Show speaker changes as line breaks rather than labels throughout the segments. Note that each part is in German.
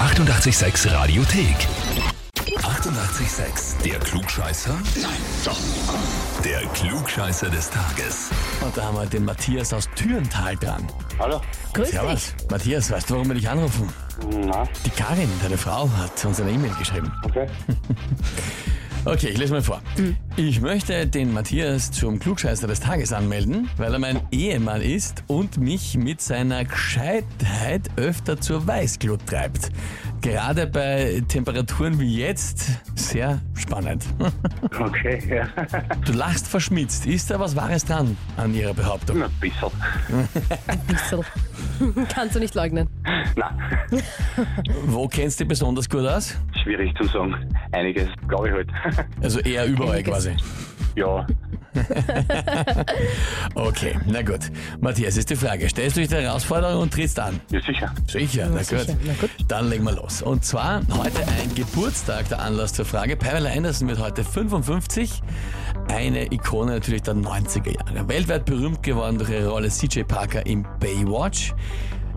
886 Radiothek. 88,6. Der Klugscheißer? Nein, doch. Der Klugscheißer des Tages.
Und da haben wir den Matthias aus Thürental dran.
Hallo?
Grüß dich.
Servus. Matthias, weißt du, warum wir dich anrufen?
Na,
Die Karin, deine Frau, hat uns eine E-Mail geschrieben.
okay.
Okay, ich lese mal vor.
Hm.
Ich möchte den Matthias zum Klugscheißer des Tages anmelden, weil er mein Ehemann ist und mich mit seiner Gescheitheit öfter zur Weißglut treibt. Gerade bei Temperaturen wie jetzt sehr spannend.
Okay, ja.
Du lachst verschmitzt. Ist da was Wahres dran an Ihrer Behauptung?
Ein bisschen.
Bissl. Kannst du nicht leugnen.
Na,
Wo kennst du dich besonders gut aus?
schwierig zu sagen. Einiges, glaube ich halt.
Also eher überall
Einiges.
quasi.
Ja,
Okay, na gut. Matthias, ist die Frage. Stellst du dich der Herausforderung und trittst an?
ja sicher.
Sicher, na,
sicher,
Gut.
na gut.
Dann legen wir los. Und zwar heute ein Geburtstag, der Anlass zur Frage. Pamela Anderson wird heute 55. Eine Ikone natürlich der 90er Jahre. Weltweit berühmt geworden durch ihre Rolle CJ Parker im Baywatch.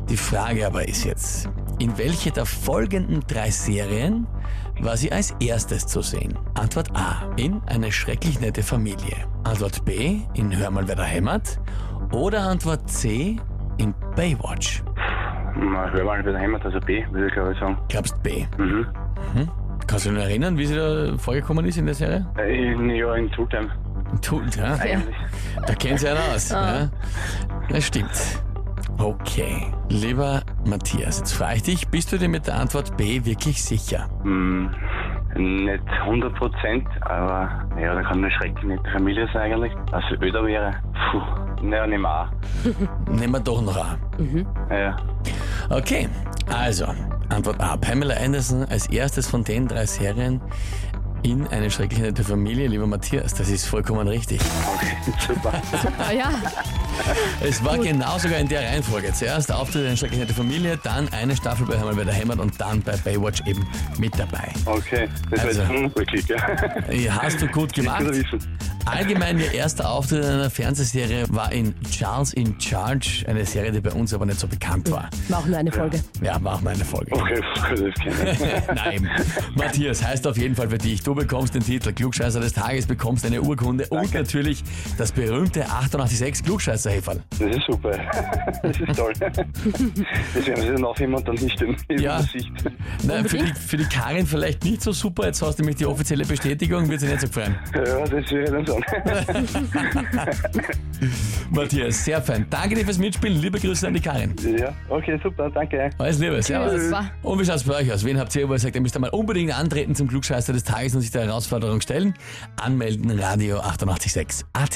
Die Frage aber ist jetzt, in welche der folgenden drei Serien war sie als erstes zu sehen? Antwort A. In eine schrecklich nette Familie. Antwort B. In Hör mal, wer da hämmert. Oder Antwort C. In Baywatch.
Na, hör mal, wieder Heimat, also B, würde ich glaube ich sagen.
Glaubst B.
Mhm.
Kannst du dich noch erinnern, wie sie da vorgekommen ist in der Serie?
Äh, in- ja, in Tooltime.
Tu, ja,
Eigentlich.
da kennt sie einer aus. Ja. Das stimmt. Okay, lieber Matthias, jetzt frage ich dich, bist du dir mit der Antwort B wirklich sicher?
Hm, nicht 100 Prozent, aber ja, da kann eine schreckliche Familie sein eigentlich. Also öder wäre, puh, naja, nehmen wir A.
Nehmen wir doch noch A.
Ja,
Okay, also, Antwort A. Pamela Anderson als erstes von den drei Serien in eine schrecklich nette Familie, lieber Matthias, das ist vollkommen richtig.
okay, super.
Ah ja,
Es war genau sogar in der Reihenfolge. Zuerst Auftritt in schrecklich nette Familie, dann eine Staffel bei Hermann Werder Hämmert und dann bei Baywatch eben mit dabei.
Okay, das
Also.
war jetzt unglücklich, ja.
Ja, Äh, Hast du gut gemacht.
Gut zu wissen.
Allgemein ihr erster Auftritt in einer Fernsehserie war in Charles in Charge, eine Serie, die bei uns aber nicht so bekannt war.
war auch nur eine Folge.
Ja, war auch meine Folge.
Okay, puh, das kenne ich.
Nein, Matthias, heißt auf jeden Fall für dich. Du bekommst den Titel Klugscheißer des Tages, bekommst eine Urkunde und
Danke.
natürlich das berühmte 886 klugscheißer -Häferl.
Das ist super. Das ist toll. Das werden sie dann aufheben und dann nicht in in
Ja.
Sicht.
Nein, für die, für die Karin vielleicht nicht so super. Jetzt hast du nämlich die offizielle Bestätigung, wird sie nicht so freuen.
Ja, das würde ich dann sagen.
Matthias, sehr fein. Danke dir fürs Mitspielen. Liebe Grüße an die Karin.
Ja, okay, super, danke.
Alles Liebe, servus.
Das war
Und wie schaut's bei euch aus? Wen habt ihr, wo ihr sagt, ihr müsst einmal unbedingt antreten zum Klugscheißer des Tages und sich der Herausforderung stellen? Anmelden, Radio 886 AT.